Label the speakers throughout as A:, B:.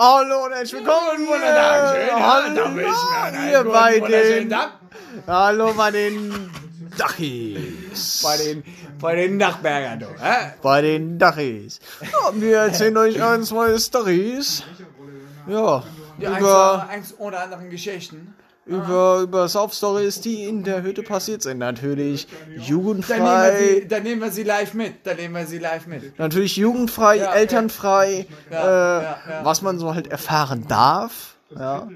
A: hallo und herzlich willkommen. Äh,
B: Wunderschön, ja, da bin ich
A: hallo,
B: wieder.
A: hier
B: Guten
A: bei
B: wunderschönen
A: den,
B: Tag.
A: hallo bei den Dachis.
B: Bei den, bei den Nachberger, du. Hä?
A: Bei den Dachis. Ja, wir erzählen euch ein, zwei Stories. Ja,
B: Ja,
A: über,
B: eins, eins oder anderen Geschichten.
A: über, über Sauf-Stories, die in der Hütte passiert sind. Natürlich
B: Genau. Dann nehmen, wir
A: jugendfrei.
B: sie, dann nehmen wir sie live mit. Dann nehmen wir sie live mit.
A: Natürlich jugendfrei,
B: Ja,
A: elternfrei,
B: Ja,
A: äh,
B: ja, ja.
A: was man so halt erfahren darf. Ja.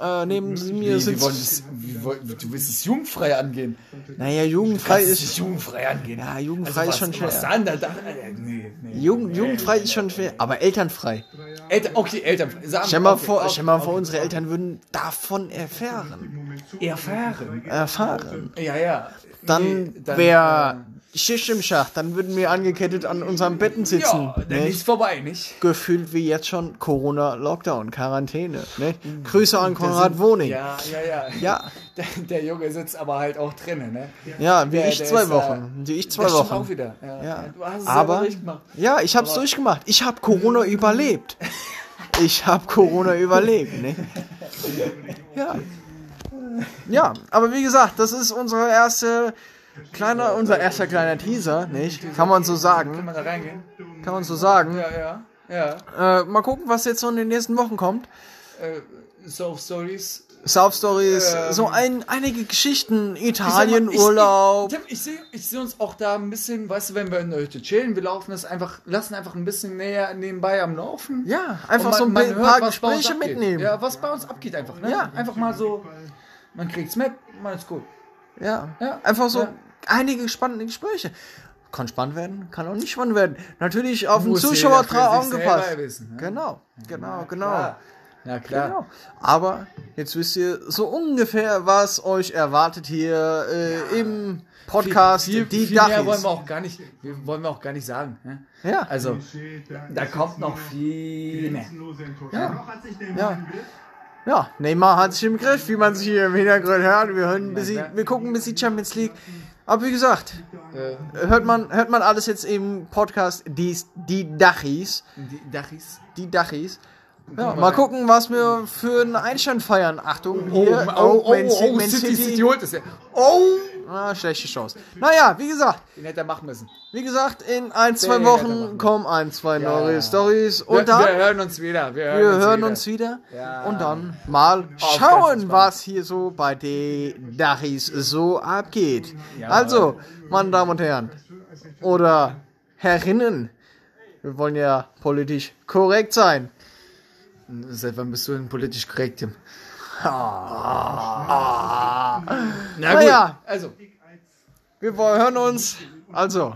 A: Äh, neben sie mir
B: wir wollen
A: sitzt.
B: es, wir wollen- du willst es jugendfrei angehen.
A: Naja, jugendfrei
B: Es ist
A: ist.
B: jugendfrei angehen. also
A: Ja, jugendfrei
B: was,
A: ist schon
B: Was
A: schwer.
B: an, da dachte ich, nee, nee.
A: Jugend, jugendfrei ist schon schwer, aber elternfrei.
B: Eltern, okay, Eltern. Sagen,
A: Stell mal
B: okay,
A: vor,
B: okay,
A: stell mal
B: okay.
A: vor unsere Eltern würden davon erfahren.
B: Erfahren.
A: Erfahren.
B: Ja, ja.
A: Dann
B: Nee,
A: wäre Schicht im Schacht, dann würden wir angekettet an unseren Betten
B: äh, Ja,
A: sitzen.
B: dann
A: nicht?
B: ist vorbei, nicht?
A: Gefühlt wie jetzt schon Corona-Lockdown, Quarantäne. Nicht? Grüße an Konrad Wohning.
B: Hm. Ja, ja, ja.
A: Ja.
B: Der, der Junge sitzt aber halt auch drinnen, ne?
A: Ja, wie
B: Der-
A: ich
B: der
A: zwei
B: ist, äh,
A: Wochen. Wie ich zwei
B: das stimmt
A: Wochen.
B: auch wieder. Ja.
A: Ja.
B: Du hast es aber
A: Aber
B: richtig gemacht.
A: ja, ich hab's durchgemacht. Ich hab Corona überlebt. Ich hab Corona überlebt, ne? Ja. Ja, aber wie gesagt, das ist unsere erste kleiner unser erster kleiner Teaser, nicht? Kann man so
B: Kann
A: sagen,
B: man da reingehen?
A: kann man so sagen.
B: Ja, ja. Ja.
A: Äh, mal gucken, was jetzt so in den nächsten Wochen kommt.
B: Äh, Soft Stories.
A: South Stories,
B: Ähm.
A: so ein, einige Geschichten,
B: Ich sag mal,
A: Italien
B: ich-
A: Urlaub.
B: Ich, ich, ich sehe ich seh uns auch da ein bisschen, weißt du, wenn wir in der Hütte chillen, wir laufen das einfach, lassen einfach ein bisschen näher nebenbei am Laufen.
A: Ja,
B: Und
A: einfach
B: man-
A: so ein
B: man hört,
A: paar
B: was bei uns
A: Gespräche
B: abgeht.
A: mitnehmen.
B: Ja, was bei uns abgeht einfach, ne?
A: Ja.
B: Einfach mal so, man kriegt's mit, man ist gut.
A: Ja.
B: Ja.
A: Einfach so
B: Ja.
A: einige spannende Gespräche. Kann spannend werden, kann auch nicht spannend werden. Natürlich auf den
B: Muss
A: Zuschauer
B: jeder für
A: drauf
B: sich selber
A: angepasst.
B: wissen, ne?
A: Genau, genau, genau.
B: Klar. Na klar.
A: Genau. Aber jetzt wisst ihr so ungefähr, was euch erwartet hier äh, im Podcast
B: viel,
A: Die
B: viel mehr wollen
A: Dachis.
B: wir auch gar nicht, wir- wollen wir auch gar nicht sagen. Ne?
A: Ja.
B: Also, da kommt noch viel mehr.
A: Ja. ja, Neymar hat sich im Griff, wie man sich hier im Hintergrund hört. Wir, hören ein bisschen, wir gucken ein bisschen Champions League. Aber wie gesagt,
B: Äh,
A: hört man, hört man alles jetzt im Podcast Die, die Dachis.
B: die Dachis.
A: die Dachis. Ja,
B: mal
A: mal
B: rein.
A: gucken, was wir für einen Einstand feiern. Achtung,
B: Oh,
A: hier. oh, Man City, Man City.
B: holt es ja. Oh!
A: Ah, schlechte Chance. Naja, wie gesagt,
B: Den hätte er machen müssen.
A: wie gesagt, in ein, zwei
B: ja, dann machen
A: Wochen
B: wir.
A: kommen ein, zwei
B: Ja.
A: neue Stories.
B: Wir,
A: Und dann,
B: wir
A: wir,
B: hören uns wieder. Wir hören, uns,
A: hören
B: wieder.
A: uns wieder.
B: Ja.
A: Und dann mal
B: das ist
A: schauen,
B: spannend.
A: was hier so bei den Dachis so abgeht.
B: Ja.
A: Also, meine Damen und Herren. Oder Herrinnen. Wir wollen ja politisch korrekt sein.
B: Seit wann bist du denn politisch korrekt, Tim?
A: Ah.
B: Na
A: Na
B: gut.
A: ja.
B: Also,
A: Wir hören uns. Also,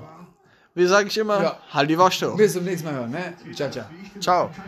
A: wie sage ich immer,
B: Ja.
A: halt die Waschtour.
B: bis zum nächsten Mal hören. Ne? Ciao, ciao.
A: Ciao.